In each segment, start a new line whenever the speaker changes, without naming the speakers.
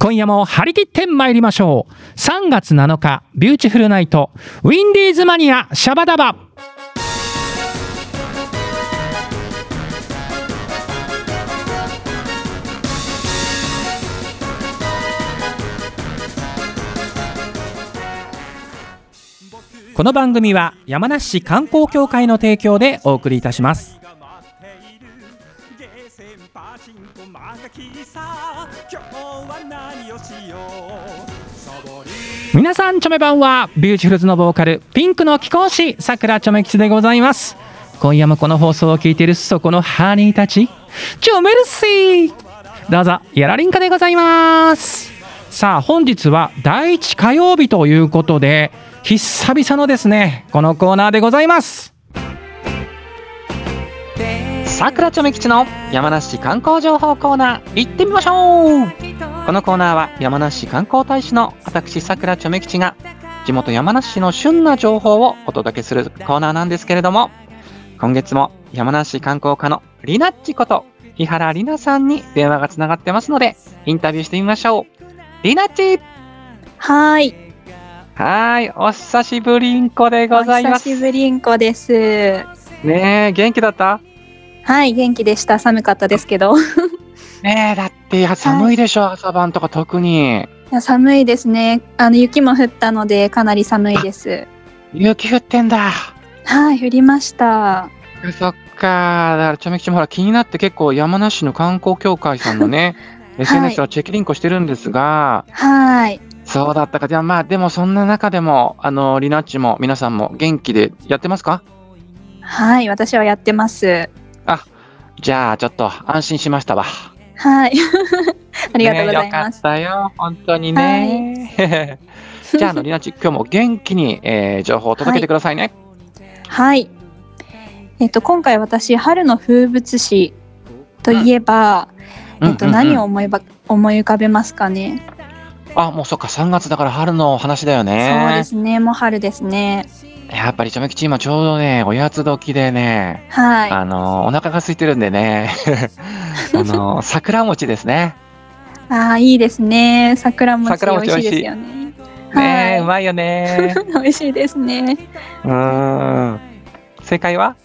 今夜も張り切って参りましょう3月7日ビューティフルナイトウィンディーズマニアシャバダバこの番組は山梨市観光協会の提供でお送りいたします
が待っているゲーセンパチンコマガキさ今日は何をしようサボり
皆さんチョメ版はビューティフルズのボーカルピンクの貴公子さくらチョメキスでございます今夜もこの放送を聞いているそこのハニーたちチョメルシーどうぞやらりんかでございますさあ本日は第一火曜日ということで久々のですねこのコーナーでございますさくらちょめ吉の山梨市観光情報コーナー行ってみましょうこのコーナーは山梨市観光大使の私さくらちょめ吉が地元山梨市の旬な情報をお届けするコーナーなんですけれども今月も山梨市観光課のりなっちこと井原里奈さんに電話がつながってますのでインタビューしてみましょうりなっち
はーい。
はーいお久しぶりんこでございま
お
す
久しぶりんこです。
ねえ元気だった
はい、元気でした。寒かったですけど。い
ねえだっていや寒いでしょ、朝晩とか特に
や寒いですね。あの雪も降ったので、かなり寒いです。
雪降ってんだ
はい、降りました。
そっかだからちょめきちもほら気になって結構山梨の観光協会さんの ね SNS をチェックリンクをしてるんですが、
はい。
そうだったかじゃあまあでもそんな中でもあのリナッチも皆さんも元気でやってますか
はい、私はやってます。
じゃあちょっと安心しましたわ
はい。 ありがとうござい
ね
ま
よかっ
す。
たよ本当にね、じゃああのリナッチ今日も元気に、えー情報を届けてくださいね、
はい。えっと、今回私、春の風物詩といえば、えっ
うんうんう
と、
ん
何を思いば思い浮かべますかね。
あもうそっか3月だから春の話だよね
そうですね、もう春ですね。
やっぱりちょめきち今ちょうどねおやつ時でね
はい。
あのお腹が空いてるんで ねあの桜餅ですね
ああいいですね。桜餅
桜餅
美味しいですよね。
ねえう
は
まいよ ね
い。美味しいですね。
うーん正解は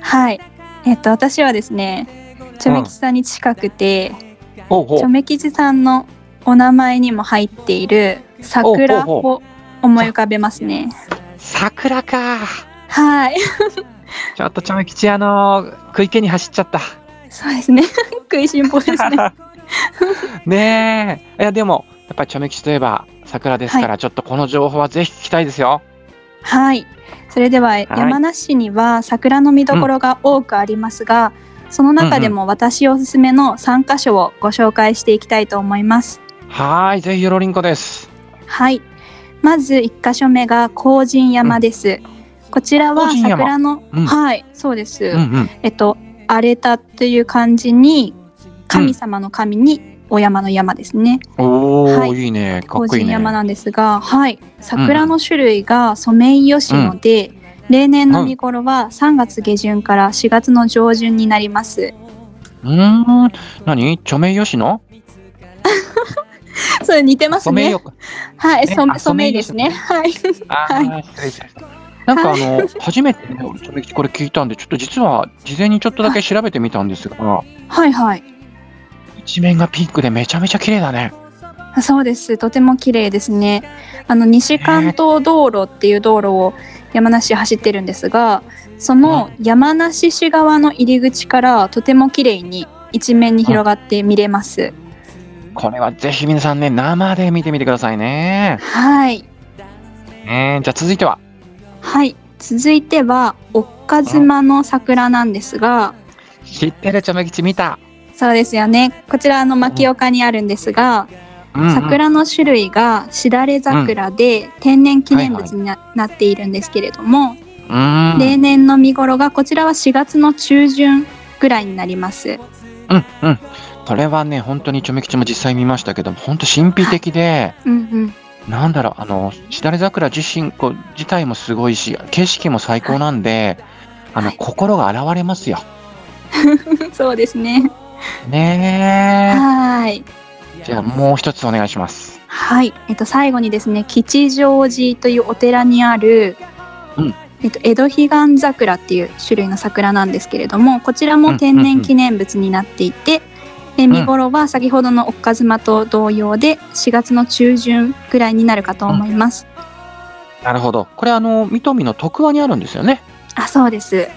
はい。えっと私はですね、チョメ吉さんに近くて、
ほうほ
チョメ吉さんのお名前にも入っている桜
おうお
を思い浮かべますね。
桜か
はい。
ちょっとちょめきちあの食い気に走っちゃった
そうですね。 食いしん坊ですね。
ねえいやでもやっぱりちょめきちといえば桜ですから、ちょっとこの情報はぜひ聞きたいですよ
はい。それでは山梨市には桜の見どころが多くありますが、その中でも私おすすめの3カ所をご紹介していきたいと思います。
はーいぜひよろりんこです
はい。まず一箇所目が高神山です。こちらは
荒神山
桜の、
うん
はい、そうです。
うんうん
えっと荒れたという漢字に神様の神に、お山の山ですね。
おー、
はい
い、いねかっ
高
こいい
神
ね
山なんですが、はい、桜の種類がソメイヨシノで、例年の見頃は3月下旬から4月の上旬になります。
うーん何ちょめよしの
それ似てます
ソメイ
ね
ヨ。
はい、
ね
ソ
あ
メソメイです
ソメイ
ね。
ヨ
はい。
あ
は
ー失礼しましたなんかあの、初めてね、俺、ちょっとこれ聞いたんで、ちょっと実は事前にちょっとだけ調べてみたんですが、
はい はい。
一面がピンクでめちゃめちゃ綺麗だね。
そうです。とても綺麗ですね。あの西関東道路っていう道路を山梨市走ってるんですが、その山梨市側の入り口からとても綺麗に一面に広がって見れます。
これはぜひ皆さんね、生で見てみてくださいね。
はい。
えー、じゃあ続いては。
はい。続いては岡妻の桜なんですが、
知ってるちょめきち見た。
そうですよね。こちらあの牧岡にあるんですが、
うんうん、
桜の種類がしだれ桜で天然記念物にな,、なっているんですけれども、
うーん。
例年の見頃がこちらは4月の中旬ぐらいになります。
うんうん。これはね、本当にちょめきちも実際見ましたけど、本当神秘的で、
うんうん、
なんだろう、あの、しだれ桜自身こう自体もすごいし、景色も最高なんで、あの、
はい
心が現れますよ。
そうですね。
ねえ。
はい。
じじゃあもう一つお願いします。
はい、えっと、最後にですね吉祥寺というお寺にある、
うん
えっと、江戸彼岸桜っていう種類の桜なんですけれどもこちらも天然記念物になっていて、え
ん
見頃は先ほどのおかずまと同様で4月の中旬くらいになるかと思います。
なるほど。これあの、三富の徳和にあるんですよね。
あそうです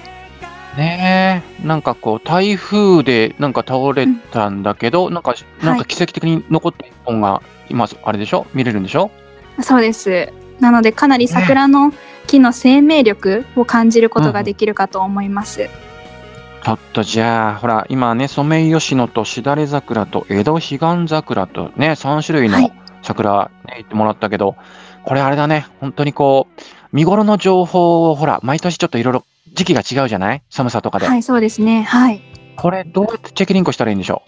ねえ。なんかこう、台風でなんか倒れたんだけど、なんか、なんか奇跡的に残った一本が、今、あれでしょ見れるんでしょ
そうですなのでかなり桜の木の生命力を感じることができるかと思います。
ちょっとじゃあ、ほら、今ね、ソメイヨシノとしだれ桜と江戸彼岸桜とね、3種類
はい
の桜、ね、言ってもらったけど、これあれだね、本当にこう、見頃の情報をほら、毎年ちょっといろいろ時期が違うじゃない寒さとかで。
はいそうですねはい
これ、どうやってチェックリンクしたらいいんでしょ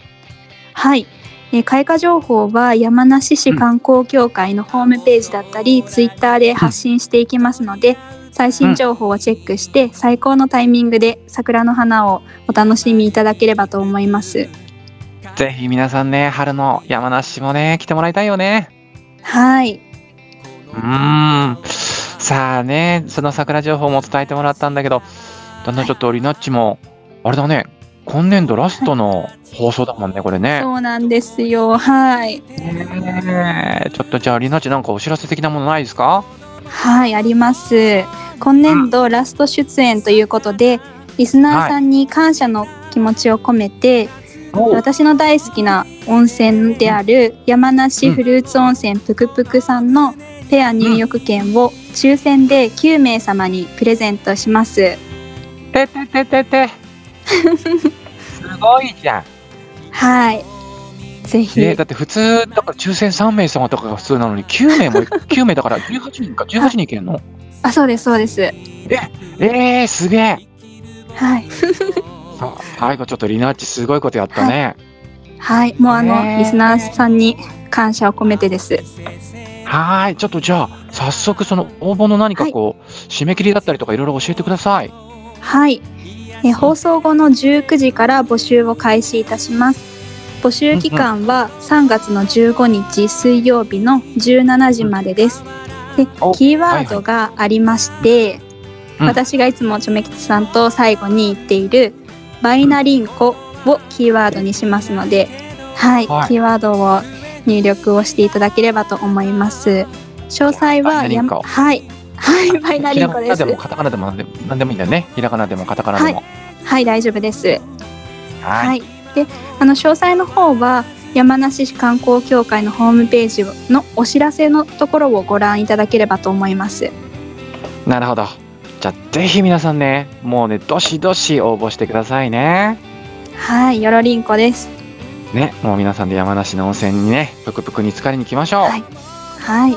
はい、えー開花情報は山梨市観光協会のホームページだったり、ツイッターで発信していきますので最新情報をチェックして、最高のタイミングで桜の花をお楽しみいただければと思います。
うぜひ皆さんね、春の山梨もね、来てもらいたいよね。
はい、
うーん。さあね、その桜情報も伝えてもらったんだけど、だんだんちょっとリナッチも、あれだね、今年度ラストの放送だもんね、これね。
そうなんですよ。はい、
ねえちょっとじゃありなちなんかお知らせ的なものないですか
はい、あります。今年度ラスト出演ということで、リスナーさんに感謝の気持ちを込めて、私の大好きな温泉である山梨フルーツ温泉ぷくぷくさんのペア入浴券を抽選で9名様にプレゼントします。
てててててすごいじゃん、
はい。ぜひ。
えだって普通だから抽選3名様とかが普通なのに9名も9名だから18人か18人いけるの
あ、そうです、そうです。
えー、すげえ
はい。
さあ最後ちょっとりなっちすごいことやったね
はい。もうあ
ね
の、
え
リスナーさんに感謝を込めてです。
はーいちょっとじゃあ早速その応募の何かこう、締め切りだったりとかいろいろ教えてください
はい。え放送後の19時から募集を開始いたします。募集期間は3月の15日水曜日の17時までです。で
お、
キーワードがありまして、
うん
私がいつもチョメキチさんと最後に言っているバイナリンコをキーワードにしますので、はい、
はい
キーワードを入力をしていただければと思います。詳細は
バイナリ
や
ン
ん、
コ
はい、はい、バイナ
ひ
リ
ら
ンコ
が
で
な
す
で。もカタカナでもなんでもなんでもいいんだよねひらがなでもカタカナでも
はい、大丈夫です。
は
はい、であの詳細の方は山梨市観光協会のホームページのお知らせのところをご覧いただければと思います。
なるほど。じゃあぜひ皆さんね、もうね、どしどし応募してくださいね。
はい、よろりんこです。
ね、もう皆さんで山梨の温泉にね、ぷくぷくに浸かりに来ましょう。
はいはい、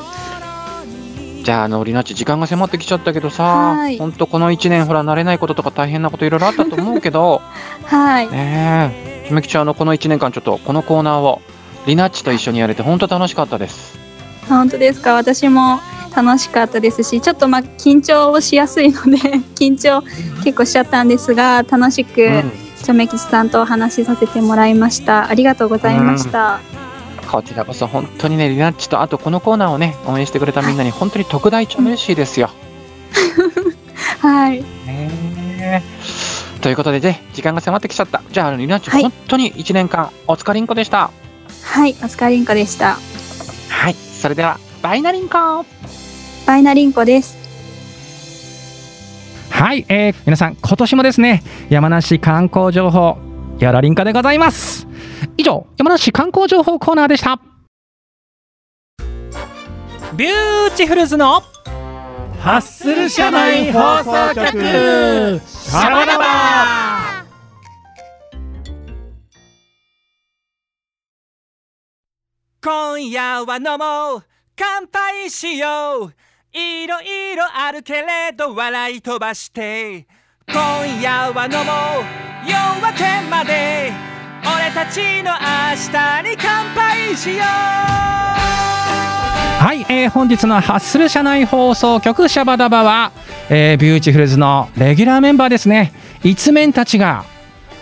じゃあ、あの、りなっち、時間が迫ってきちゃったけどさ
はい、
ほんとこの1年、ほら、慣れないこととか大変なこといろいろあったと思うけど、
はい、
ねえ、ひめきちゃん、あの、この1年間、ちょっとこのコーナーを、りなっちと一緒にやれて、ほんと楽しかったです。
本当ですか。私も楽しかったですし、ちょっとまあ緊張をしやすいので 緊張結構しちゃったんですが、楽しく
うん、
チョメキチさんとお話しさせてもらいました。ありがとうございました。
こちらこそ、本当にね、りなっちと、あとこのコーナーをね、応援してくれたみんなに、本当に特大超嬉しいですよ。
はい、
ねえということでね、時間が迫ってきちゃった。じゃああの、りなっち、
はい
本当に1年間、お疲れんこでした。
はい、お疲れりんこでした。
はい、それでは、バイナリンコ
バイナりんこです。
はい、えー皆さん今年もですね山梨観光情報やらりんかでございます以上山梨観光情報コーナーでしたビューティフルズの
ハッスル社内放送局シャバダバ
今夜は飲もう乾杯しよういろいろあるけれど笑い飛ばして今夜は飲もう夜明けまで俺たちの明日に乾杯しよ
はい、えー本日のハッスル社内放送局シャバダバは、えービューティフルズのレギュラーメンバーですね一面たちが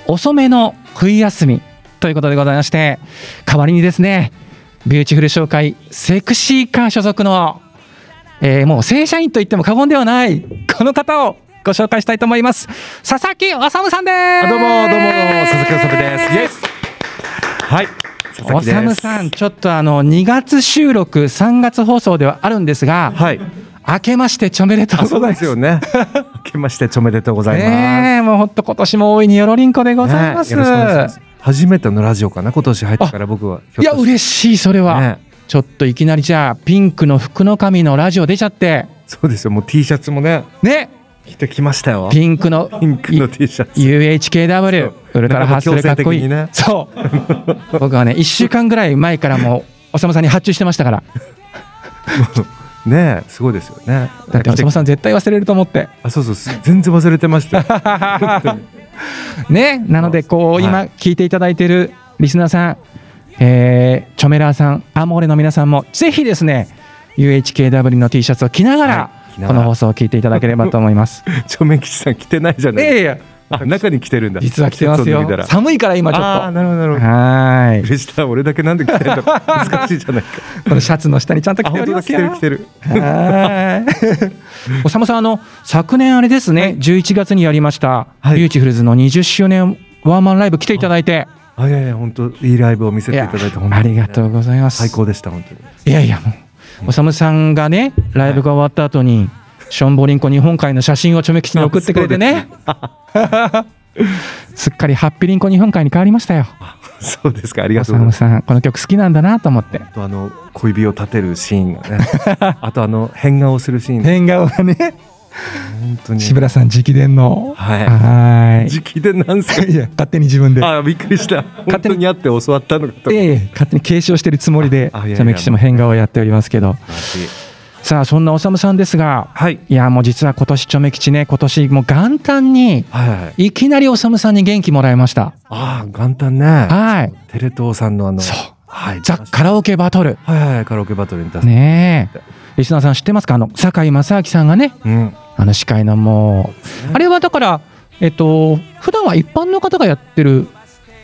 遅めの冬休みということでございまして代わりにですねビューティフル紹介セクシーカー所属の、えーもう正社員と言っても過言ではないこの方をご紹介したいと思います佐々木修さんです
あどうもどうもどうも佐々木おさむですイエスはい佐々
お
木です
さむさんちょっとあの2月収録3月放送ではあるんですが、
はい
明けましてちょめでとう
あ
ご ざ
そ
いうま
ですすよね 明けましておめでとうございます、
ねえもう本当今年も大いによろりんこでございます、
ねよろしくお願いします初めてのラジオかな今年入ってから僕はい
や嬉しいそれは、
ね
ちょっといきなりじゃあピンクの服の神のラジオ出ちゃって
そうですよもう T シャツもね
ね
着てきましたよ
ピンクの
ピンクの T シャツ
UHKW ウルトラハッスルかっこいい、
なん
そう僕はね1週間ぐらい前からもうおさむさんに発注してましたから
ねえすごいですよね
だっておさむさん絶対忘れると思って
あそうそうす全然忘れてましたよ
ねなのでこ
は
う
い
今聞いていただいてるリスナーさん、えーチョメラーさんアモーレの皆さんもぜひですね UHKW の T シャツを着ながら、
はい着なが
こ
ら
の放送を聞いていただければと思 います。
ちょめきちさん着てないじゃない
え
です
いや
かあ中に着てるんだ
実は着てます
シャツを脱いだ
よ
ら
寒いから今ちょっと
あーなるほどなるほど
はーい
嬉しい俺だけなんで着て るんだ難しいじゃないか
このシャツの下にちゃんと
あ
着て
本
おり
当
ま
だ
す
着
よ
てる着てる
はーい おさむさんあの昨年あれですね、11月にやりました、
はい
ビューティフルズの20周年ワンマンライブ来ていただいて
あいやいや本当いいライブを見せ
い
ていた
や
だいて本当に
ありがとうございます
最高でした本当に
いやいやもうおさむさんがねライブが終わった後にションボリンコ日本海の写真をちょめきちに送ってくれてね すっかりハッピリンコ日本海に変わりましたよ
そうですかありが
お
と
さ
うござい
む
ます
さんこの曲好きなんだなと思って
あとあの小指を立てるシーンがね あとあの変顔するシーン本
変顔が ね
当に
志村さん直伝の
はい
はー
時期でなんす
いいや勝手に自分で
かあびっくりした本当
手に
にあって教わったのかと
い
思
や
っ
いや勝手に継承してるつもりで
あいやいや
ちゃめきちも変顔をやっておりますけど
たし
さあそんなおさむさんですが
はい
いやもう実は今年ちょめきちね今年もう元旦に
はいはい
いきなりおさむさんに元気もらいました
ああ元旦ね
はい
テレ東さんのあの
そう
はい
ザ・カラオケバトル
はいはいカラオケバトルに出す
ねえリスナーさん知ってますかあの堺正明さんがね
うん
あの司会のもうあれはだからえっと普段は一般の方がやってる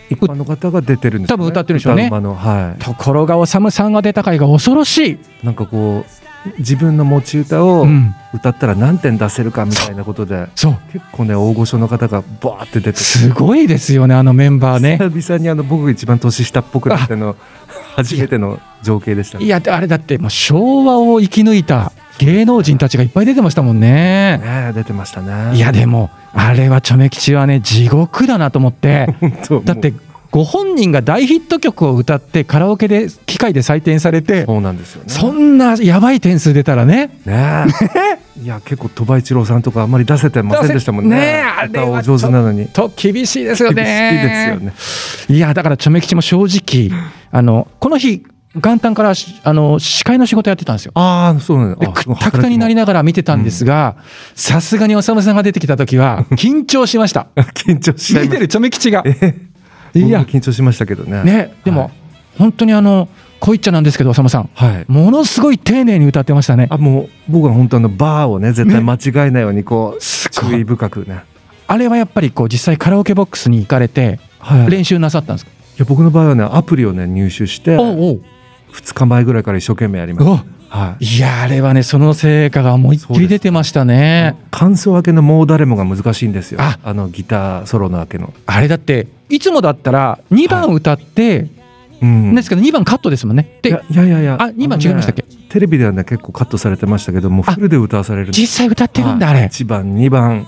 一般の方が出てるんですよ
多分歌ってるんでしょうね
歌うまのは
ところがおさむさんが出た回が恐ろしい、
いなんかこう自分の持ち歌を
うん、
歌ったら何点出せるかみたいなことで
そう
結構ね大御所の方がバーって出て
すごいですよねあのメンバーね
久々にあの僕が一番年下っぽくなっての初めての情景でした
い
ね。
やあれだってもう昭和を生き抜いた芸能人たちがいっぱい出てましたもんね
ねえ出てましたね。
いやでもあれはチョメ吉はね地獄だなと思って
本当
だって
も
ご本人が大ヒット曲を歌ってカラオケで機械で採点され
う
て
そうなんですよね。
そんなやばい点数出たらね
ねえいや結構鳥羽一郎さんとかあんまり出せてませんでしたもんね。
出せねえあれは
歌お上手なのに。
と厳しいですよ
厳しいですよ
ね
ね。
いやだからチョメ吉も正直あのこの日元旦からしあの司会の仕事やってたんですよ
ああそうなん
で
だ。
くったくたになり
な
ながら見てたんですがさすがにおさむさんが出てきた時 は緊張しました
緊張しちゃい
見
ま
てるチョメ吉が
す。
い
いや
や
緊張しましたけどね。
ねでも、
はい
本当にあのこう言っちゃなんですけどおさむさん
はい。
ものすごい丁寧に歌ってましたね
あもう僕は本当あのバーをね絶対間違えないようにこう
すごい
注意深くね。
あれはやっぱりこう実際カラオケボックスに行かれて
はい。
練習なさったんですか、
いや僕の場合はねアプリをね入手して
おうおう
2日前ぐらいから一生懸命やりまし
お
た、はい、
いやあれはねその成果が思いっきり出てましたね
感想分けのもう誰もが難しいんですよ
あ
あのギターソロの明けの、
あれだっていつもだったら2番歌って、
うん
ですけど2番カットですもんね
い
で
やいやいやいや
あ2番違いましたっけ
あのねテレビではね結構カットされてましたけどもうフルで歌わされるんです
実際歌ってるんだあ
はい
れ、
1番2番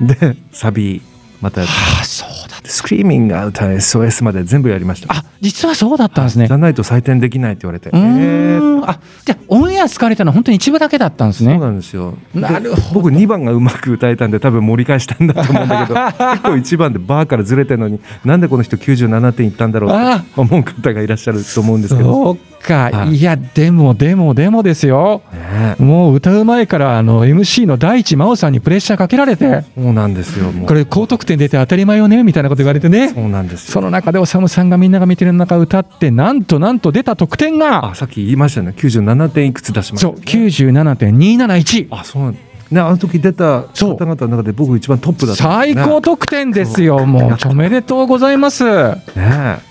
でサビまたやって
ああそうだ
スクリーミングアウター SOS まで全部やりました
あ実はそうだったんですね、
じゃないと採点できないって言われて
う
えー
ーんあじゃあオンエア疲れたのは本当に一部だけだったんで
そ
す
う
ね
なんですよ
なるほど
僕2番がうまく歌えたんで多分盛 り返したんだと思うんだけど結構1番でバーからずれてるのになんでこの人97点いったんだろう
あ
って思う方がいらっしゃると思うんですけど、
そうか、、
はいい
やでもでもでもですよ
ねえ、
もう歌う前からあの MC の大地真央さんにプレッシャーかけられて
そうなんですよもう
これ高得点出て当たり前よねみたいなこと言われてね
そうなんです
そ
よ
の中でおさむさんがみんなが見てる中歌ってなんとなんと出た得点が
あさっき言いましたね97点いくつ出しまし
そ
た
う97.271
あそうなんねあの時出た
そう
方々の中で僕一番トップだったんで
最
すね
高得点ですよもうおめでとうございます
ね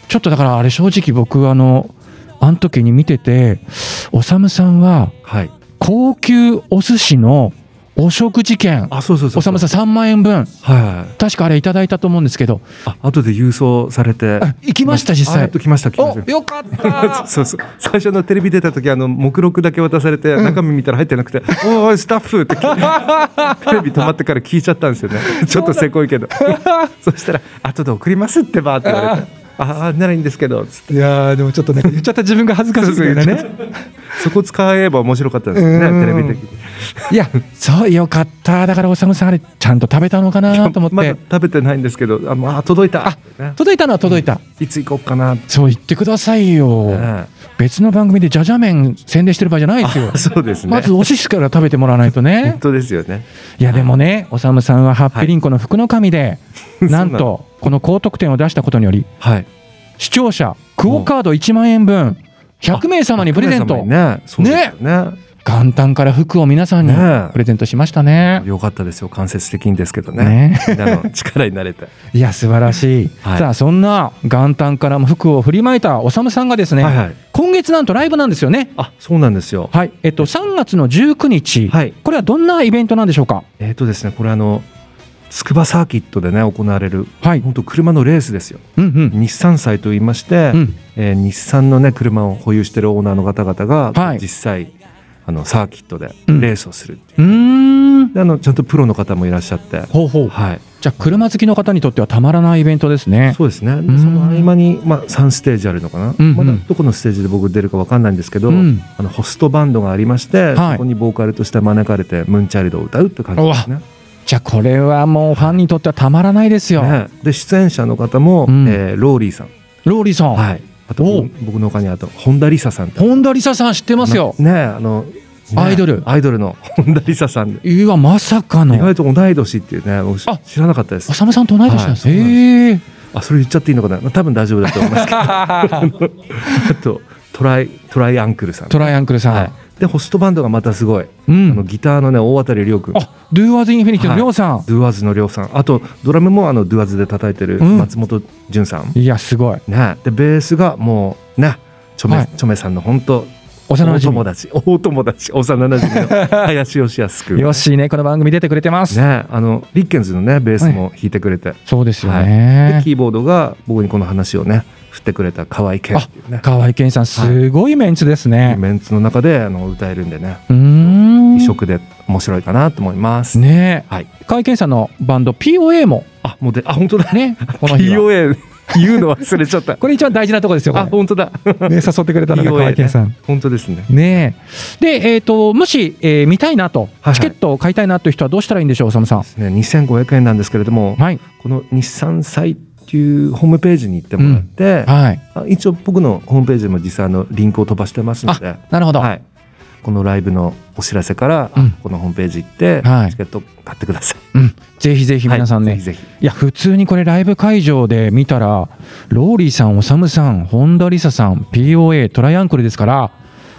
ちょっとだからあれ正直僕あのあの時に見てておさむさんは
はい。
高級お寿司のお食事券
あ、そうそうそう。
おさむさ
ん。
ん3万円分
はいはいはい。
確かあれいただいたと思うんですけど
あ、後で郵送されて。
あ行きました実
あや
際
っと来ました、来ま
お
した。
よかっ た
そうそう最初のテレビ出た時あの目録だけ渡されて中身見たら入ってなくて「おいおいスタッフ!」って テレビ止まってから聞いちゃったんですよねちょっとせこいけどそしたら「後で送りますってば」って言われて「ああならいいんですけど」つって
いやーでもちょっとね言っちゃった自分が恥ずかしいみたいなね
そこ使えば面白かったんですよ
うん
ねテレビ的に
いやそうよかっただからおさむさんあれちゃんと食べたのかなと思っ
まだ
て
食べてないんですけどあまあ届いた
あ届いたのは届いた
いつ行こうかなって、
そう言ってくださいよ
うん
別の番組でじゃじゃ麺宣伝してる場合じゃないですよ
あそうですね
まずお寿司から食べてもらわないと
本
ね
当ですよね
いやでもねおさむさんはハッピーリンコの福の神で、
い
なんとこの高得点を出したことにより
はい
視聴者クオカード1万円分100名様にプレゼント、
100名様にねそうですよね
元旦から服を皆さんに
ねえ
プレゼントしましたね
よかったですよ間接的にですけどね
ね
みんなの力になれて、
いや素晴らしい、
はい
さあそんな元旦からも服を振りまいたおさむさんが ですね、
はいはい
今月なんとライブなんですよね
あそうなんですよ
はいえっと3月の19日、
はい
これはどんなイベントなんでしょうか
えっ、とですねこれあの筑波サーキットでね行われる
はい
本当車のレースですよ
うんうん
日産祭と言いまして、
うん
えー日産のね車を保有してるオーナーの方々が、
はい
実際あのサーキットで
うん
レースをするっていう
うーん
であのちゃんとプロの方もいらっしゃって、
ほうほう
はい、
じゃあ車好きの方にとってはたまらないイベントですね
そうですね
ん
でその合間に、まあ、3ステージあるのかな、
うんうん
まだどこのステージで僕出るかわかんないんですけど、
うん
あのホストバンドがありまして、
はい
そこにボーカルとして招かれてムンチャリドを歌うって感じですね。
じゃあこれはもうファンにとってはたまらないですよ、
ねで出演者の方も、
うん
えーローリーさん、
ローリーさん、
はい、あと
おう
僕僕の他にあと本田理沙さんって
本田理沙さん知ってますよ
なねあのね
アイドル
アイドルの本田理沙さんで
いやまさか
意
の
外と同い年っていうね僕
あ
知らなかったです
浅間さんと同い年なんです、
はい
へえ
あそれ言っちゃっていいのかなまあ多分大丈夫だと思い ますけど あとトライトライアンクルさん
トライアンクルさん、
はい、でホストバンドがまたすごい、
う
あの
ん
ギターのね大渡亮君
あドゥーアーズインフィニティのりょうさん、
ドゥアーズの亮さんあとドラムもあのドゥアーズで叩いてる
うん
松本潤さん、
い、やすごい
ねでベースがもうねちょめ、
はい
ちょめさんの本当
幼
お
なじ
友
み
達大友達幼馴染 の林義康君
よしねこの番組出てくれてます、
ねあのリッケンズのねベースも弾いてくれて、
そうですよ
で
ね、
キーボードが僕にこの話をね振ってくれた河合健っていうね
河合健さんすごいメンツですね、
メンツの中であの歌えるんでね
うーん
異色で面白いかなと思います、
ね
はい
え河合健さんのバンド POA も
あもうであ本当だ
ねこの日は
POA 言うの忘れちゃった
これ一番大事なとこですよこ
あ
れ
本当だ
ね、誘ってくれたのが
POA
河合健さん。
本当ですね
ねえ。で、えっ、と、もし、えー見たいなと、
はい
チケットを買いたいなという人はどうしたらいいんでしょう、おさむさん。
ね2500円なんですけれども、
はい。
この日産祭っていうホームページに行ってもらって、
はい。
あ一応僕のホームページでも実際あのリンクを飛ばしてますので、
なるほど。
はい、このライブのお知らせから、
うん
このホームページ行って、
はい
チケット買ってください。
うん。ぜひぜひ皆さんね。
はい
い、
ぜひぜ
や、普通にこれライブ会場で見たら、ローリーさん、おさむさん、本田理沙さん、POA、トライアンクルですから、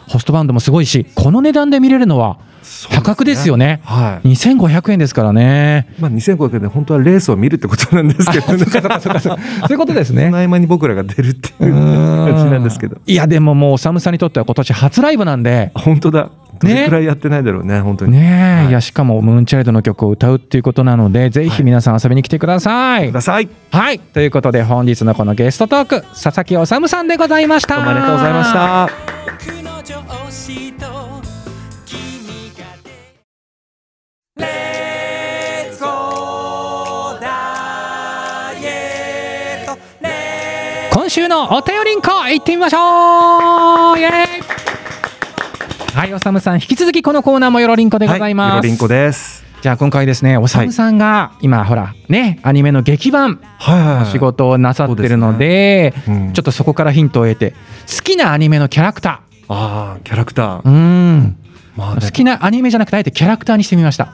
ホストバンドもすごいし、この値段で見れるのは
ひ。
破格ですよ
ね。
ね。
はい。
2500円ですからね。
まあ2500円で本当はレースを見るってことなんですけどね。そ
そういうことですね
の。合間に僕らが出るっていう感じなんですけど。
いや、でももう、おさむさんにとっては今年初ライブなんで、
本当だ。どれくらいやってないだろうね、本当に。
ね
は
え、
い
い、やしかもムーンチャイルドの曲を歌うっていうことなのでぜ
は
ひ
い
皆さん遊びに来てください。
く
は
だ
い、
さい。
ということで本日のこのゲストトーク佐々木修さんでございました。
どうもありがとうございました。
僕の上司と君がでレッツゴーダイエット
今週のお便りんこ行ってみましょうイエーイはい、おさむさん、引き続きこのコーナーもよろりんこでございま
は
す。
い、ゆろりんこです。
じゃあ今回ですね、おさむさんが今、ほら、ね、アニメの劇版、
はいはい、
仕。事をなさってるので、
うん
ちょっとそこからヒントを得て、好きなアニメのキャラクター、
ああ、キャラクター。
うん、
まあね、
好きなアニメじゃなくてあえてキャラクターにしてみました。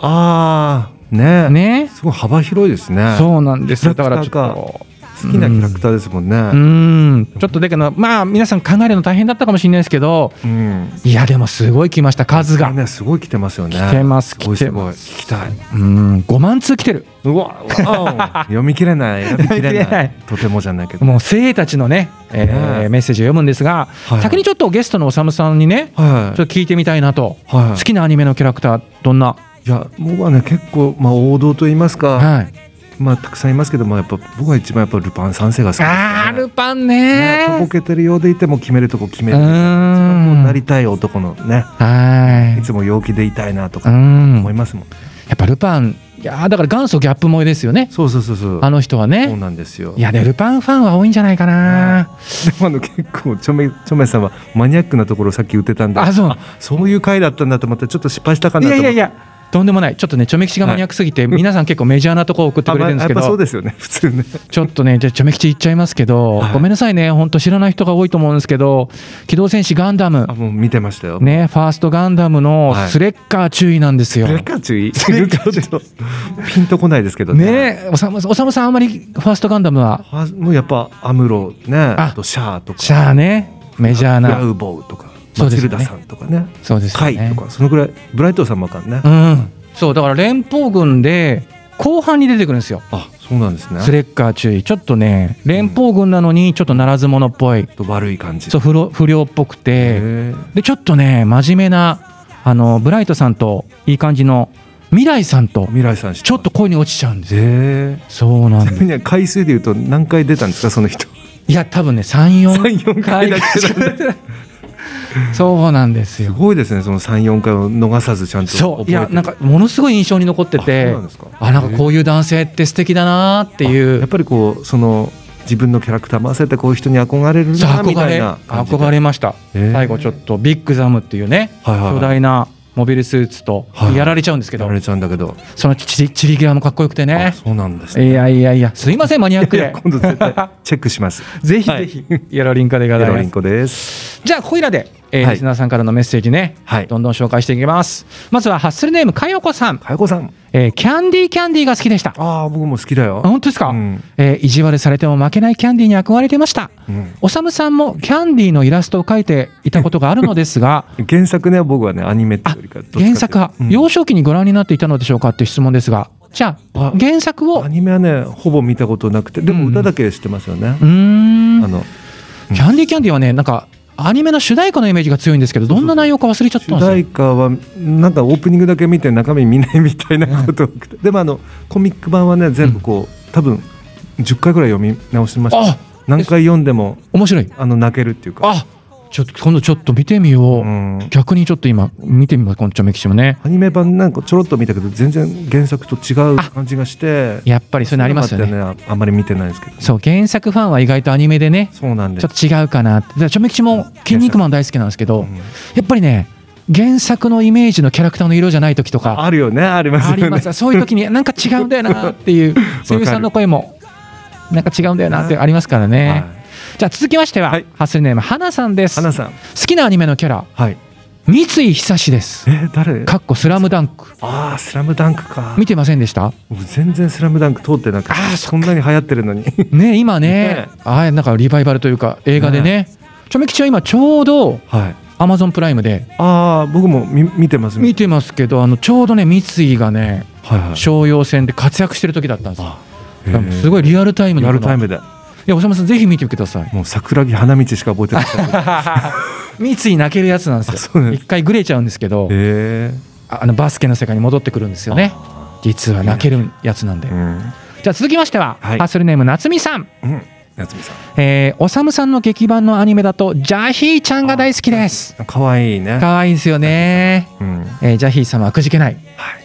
ああ、ね
ね。
すごい幅広いですね。
そうなんですよ。だからちょっ
キャラク
と
好きなキャラクターですもんね。
うーんちょっとだけどまあ皆さん考えるの大変だったかもしれないですけど
うん。
いやでもすごい来ました数が
ね、すごい来てますよね。
来てます
ごい
来てます
ごい聞きたい。
うん5万通来てる
うわ、わお 読み切れない。読み切れ
読み切れ
な
ないい。
とてもじゃないけど。
もう精鋭たちのね、えー
ね
メッセージを読むんですが、
はい
先にちょっとゲストのおさむさんにね、
はい。
ちょっと聞いてみたいなと、
はい
好きなアニメのキャラクターどんな、
いや僕はね結構まあ王道と言いますか、
はい、
まあたくさんいますけどもやっぱ僕は一番やっぱルパン三世が好きです、ね。
あールパン
ね
ね
とぼけてるようでいても決めるとこ決め
う
る。
ん
なりたい男のね。
はい
つも陽気でいたいなと
う
か
ん
思いますもん。
やっぱルパンいやーだから元祖ギャップ萌えですよね
そうそうそうそう。
あの人は
そう
ね
なんですよ。
いやねルパンファンは多いんじゃないかな、
でもあの結構ちょめちょめさんはマニアックなところをさっき言ってたんで。
あそう
そういう回だったんだと思ったらちょっと失敗したか
い
なと
や
思っ
い
て
やいやとんでもないちょっとねちょめきちがマニアックすぎて、皆さん結構メジャーなとこ送って
あ
くれ
ま
て
あや
るんです
っ
けど
ぱそうですよね普通 ね。
ちょっとね、じゃあ、ちょめ吉言っちゃいますけど、
はい
ごめんなさいね、本当知らない人が多いと思うんですけど、機動戦士ガンダム
あ、もう見てましたよ。
ね、ファーストガンダムの
はい
スレッカー注意なんですよ。
ルカ注意。ルカ注意。ピンとこないですけどね。
ね、おさむおさむさん、あんまりファーストガンダムは、
はもうやっぱアムロね、あとシャアとか、
じゃあね、メジャー
ラ
な、
ウボウとか、
そ
マ
うで
チ
す
ル
よね
ダさんとかね、
そうですよ
カイ
ね
と。か、そのぐらい、ブライトさんもわかんね
う。ん、そう、だから連邦軍で、後半に出てくるんですよ、
あ、そうなんですね。
スレッカー注意、ちょっとね、連邦軍なのに、ちょっとならず者っぽい、
ちょっと悪い感じ。
そう不良不良っぽくて。
へ
でちょっとね真面目なあのブライトさんといい感じの未来さんと
ー未来さん知
ちょっと恋に落ちちゃうんですよ
え
そうなんです
え。ね回数で言うと何回出たんですかその人。
いや多分ね34
3、4回
回
だけなんで。
そうなんです
す
よ
ごいですね。その3、4回を逃さずちゃんと覚
そ
え
う
て
いやなんかものすごい印象に残って
あそう
て
なんですか
あなんかこういう男性って素敵だなってい
やっ
う
ぱりこうその自分のキャラクターも合わせてこういう人に憧れる
そう
なみ
憧
たい
れ
な感じで
憧れました
へー
最後ちょっとビッグザムっていうね
はいはいはい
巨大なモビルスーツと
はい
やられちゃうんですけ
や
ど
られちゃうんだけど。
そのチリチリ際もかっこよくて
あ
ね
そうなんですね。
いやいやいやすいませんマニアック
いや
で
今度絶対チェックします。
ぜひぜひ、ヤロリンカでご
エ
ざい
ロ
ま
リン
す。
コです。
じゃあ、ここいらで、えー
はい
リスナーさんからのメッセージね、
はい
どんどん紹介していきます。まずは、ハッスルネーム、かよこさん、
かよこさん。
えーキャンディーキャンディーが好きでした。あ
ああ、僕も好きだよ。
本当ですか、
うん
えー意地悪されても負けないキャンディーに憧れてました。
うん
おさむさんもキャンディーのイラストを描いていたことがあるのですが、
原作ね、僕はね、アニメっていうより かどっちかっていう
原
と。
作は
うん
幼少期にご覧になっていたのでしょうかっていう質問ですが、じゃ
あ
あ、原作を、
ア
う
ニメはね、ほぼ見たことなくて、でも歌だけ知ってますよね
ー。ん
あ、の、
キャンディーキャンディーはね、なんか、アニメの主題歌のイメージが強いんですけど、どんな内容か忘れちゃった
主
んですよ
題。歌は、なんかオープニングだけ見て中身見ないみたいなこと多くて。でもあの、コミック版はね、全部こう、多分、10回ぐらい読み直してました。
あ
何回読んでも、
面白い。
あの、泣けるっていうか。
あちょっと今度ちょっと見てみよう、
うん
逆にちょっと今見てみますこのチョメキシもね
アニメ版なんかちょろっと見たけど全然原作と違う感じがして
やっぱりそういうのありますよね
そういうのがあってああんまり見てないですけど
そう原作ファンは意外とアニメでね
そうなんで
ちょ
す
っと違うかなってだからチョメキシも「筋肉マン」大好きなんですけど、
うん
やっぱりね原作のイメージのキャラクターの色じゃない時とか
あるよねあります
あ
よね
りますそういう時になんか違うんだよなって いう声優さんの声もなんか違うんだよなってありますからね、
はい
じゃあ続きましては、
はい
ハッスルネームはなさんです
花
好
さん
きなアニメのキャラ
はい
三井久志です
えー誰
かっこスラムダンク
ああスラムダンクか
見てませんでした
僕全然スラムダンク通ってなくて
あーそっか
そんなに流行ってるの に
ね今
ね
ね、ああなんかリバイバルというか映画でね、ちょめきちは今ちょうど
はい
アマゾンプライムで
ああ僕も見見てます
見てますけどあのちょうどね三井がね
はいはい
商用船で活躍してる時だったんですよ
あ。
だからす
い
ごいリアルタイムに
リアルタイム
い
で
やおさむさんぜひ見てください
もう桜木花道しか覚え てない
三井泣けるやつなんで
あ
す
そうなん
よ
です
一回グレちゃうんですけど
え
あのバスケの世界に戻ってくるんですよね実は泣けるやつなんで
えうん
じゃあ続きましては
はい
ハッスルネーム夏美さん
うん夏美さん
えーおさむさんの劇版のアニメだとジャヒーちゃんが大好きです
可愛いね
可愛いですよね
うん
えージャヒーさんはくじけない。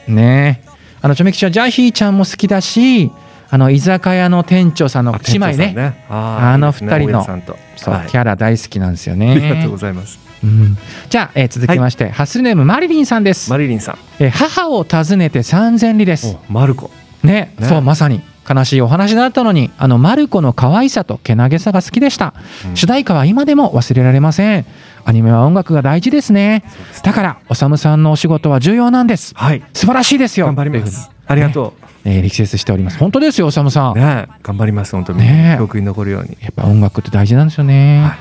ねえあの、チョメキチはジャヒーちゃんも好きだし、あの、居酒屋の店長さんの姉妹ね。
あ
あの
いいですね
二人
大
の
家さんと
そう、
はい
キャラ大好きなんですよ
ありが
ね
とう。ございます。
うんじゃあ、えー続きまして、ハッスルネーム、マリリンさんです。
マリリンさん、
えー母を訪ねて三千里です。
マルコ、
ね
ね
そう、まさに。悲しいお話だったのに、あの、マルコの可愛さとけなげさが好きでした。主題歌は今でも忘れられません。アニメは音楽が大事ですねだからおさむさんのお仕事は重要なんです
はい
素晴らしいですよ
頑張りますありがと
というふうに、えー力説しております本当ですよおさむさん、
うねえ頑張ります本当に
ねえ
記憶に残るように
やっぱ音楽って大事なんですよね、
はい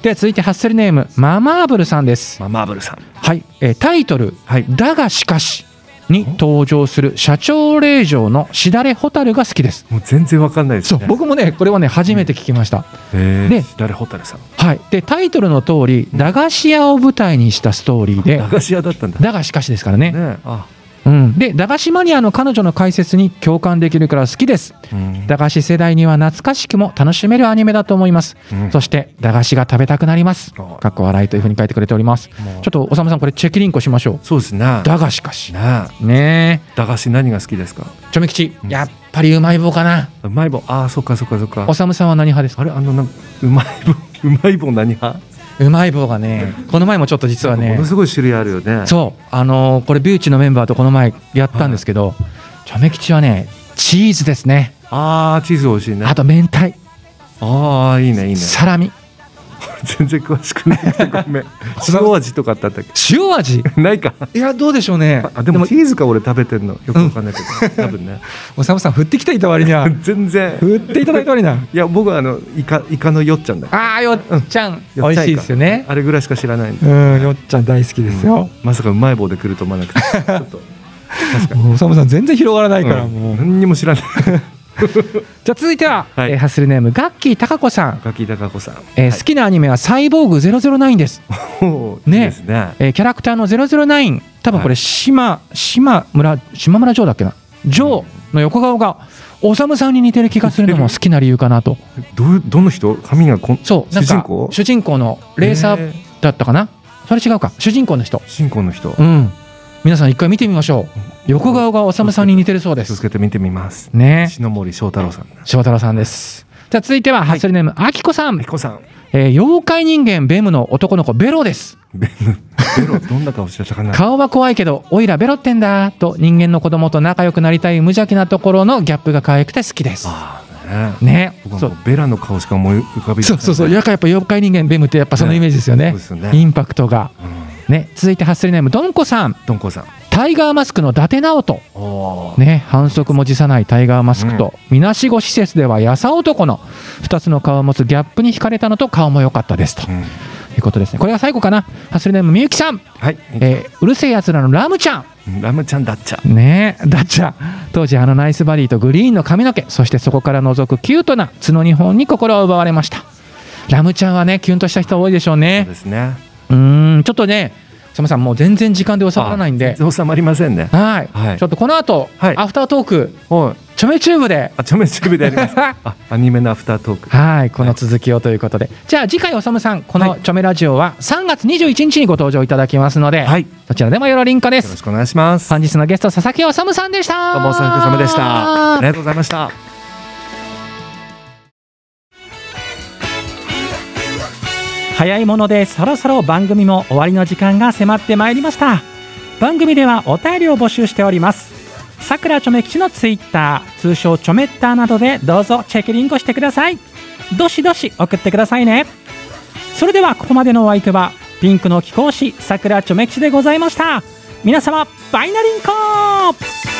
で続いてハッスルネームママーブルさんです
まあマーブルさん
はい、えータイトル、
はい
だがしかし」に登場する社長令嬢のしだれ蛍が好きです。
もう全然わかんないです
そう
ね
僕もねこれはね初めて聞きました、
へえ
で
誰ホタルさん
はい、でタイトルの通り駄菓子屋を舞台にしたストーリーで
駄菓子屋だったんだね
だがしかしですからね、
えあ
うん、で駄菓子マニアの彼女の解説に共感できるから好きです
うん
駄菓子世代には懐かしくも楽しめるアニメだと思います、
うん
そして駄菓子が食べたくなります
あ
かっこ笑いというふうに書いてくれておりますち
も
ょ
う
っとおさむさんこれチェキリンコしましょう
そうですね
だがしかし
ね
ね
え駄菓子何が好きですか
えちょめ吉
うん
やっぱりうまい棒かな
うまい棒ああそっかそっかそっか
おさむさんは何派です
あ
か
れあのなんかうまい棒 うまい棒何派
うまい棒がねこの前もちょっと実は
も
ね
のすごい種類あるよね
そうあのーこれビューチのメンバーとこの前やったんですけどちょめ吉はねチーズですね
ああチーズ美味しいね
あと明太
ああいいねいいね
サラミ
全然詳しくないけ どごめん塩味とかあったんだっけ
塩味
ない か
いやどうでしょうね
あでもチーズか俺食べてんのよくわかんないけど、多分 ね
おさむさん振ってきていた割には
全然
振っていただいた割にはい
や僕はあのイカイカのよっちゃんだ
あーよっちゃん美
よっ
味
ちゃんか
しいですよね
あれぐらいしか知らないんで
うんよっちゃん大好きですよ
まさかうまい棒で来ると思わ なくてちょっと
もうおさむさん全然広がらないから
うん
もう
何にも知 らない
じゃあ続いては
はい
えーハッスルネームガッキー貴子さん
ガキ高子さん
えー好きなアニメは「サイボーグ009」です、
おー
ね
いいですね
えーキャラクターの009多分こ
は
れ島島村島村城だっけな城の横顔がおさむさんに似てる気がするのも好きな理由かなと
どうどの人髪がこん
そうなんか
主人公
主人公のレーサ
へ
ーだったかなそれ違うか主人公の人
主人公の人
うん皆さん一回見てみましょう横顔がおさむさんに似てるそうで
続
す
けて見てみます
ね
篠森章太郎さん
翔太郎さんですじゃあ続いてはハッスルネームあきこさん、
彦さん
えー妖怪人間ベムの男の子ベロです
ベロどんな顔してたかな
顔は怖いけど、おいらベロってんだと人間の子供と仲良くなりたい無邪気なところのギャップが可愛くて好きです。
ああね
ね。
僕
そ
は
う
もうベラの顔しか思い浮かび
そうそうそう。やっぱやっぱ妖怪人間ベムってやっぱそのイメージですよね
ね。そうですよね
インパクトが。ね。続いてハッスリネームドンコさん。
どんこさん
タイガーマスクの伊達直人。
おー
ね。反則も辞さないタイガーマスクと、みなしご施設ではやさ男の二つの顔を持つギャップに惹かれたのと顔も良かったですと。
うん
いうことですね。これが最後かな。ハッスリネームみゆきさん。
はい
えーうるせえやつらのラムちゃん。
ラムちゃんだっちゃ
ねえダッチャ当時あのナイスバディとグリーンの髪の毛そしてそこから覗くキュートな角日本に心を奪われましたラムちゃんはねキュンとした人多いでしょう
そう
ね
ですね
うーんちょっとねサムさんもう全然時間で収まらないんで
あ収まりませんね
はい、
はい
ちょっとこの後、
はい
アフタートーク
はい
チョメチューブで
あちょめちょめでやります あアニメのアフタートーク
はいこの続きをということで、じゃあ次回おさむさんこの
は
チョメラジオは3月21日にご登場いただきますので、
はいよ
そちらでもよろりんこです
ろしくお願いしますど
本日のゲスト佐々木おさむさんでした
うもお疲れ様でしたありがとうございました
早いものでそろそろ番組も終わりの時間が迫ってまいりました番組ではお便りを募集しておりますさくらちょめ吉のツイッター通称ちょめッターなどでどうぞチェックリンクしてくださいどしどし送ってくださいねそれではここまでのお相手はピンクの貴公子さくらちょめ吉でございました皆様バイナリンコ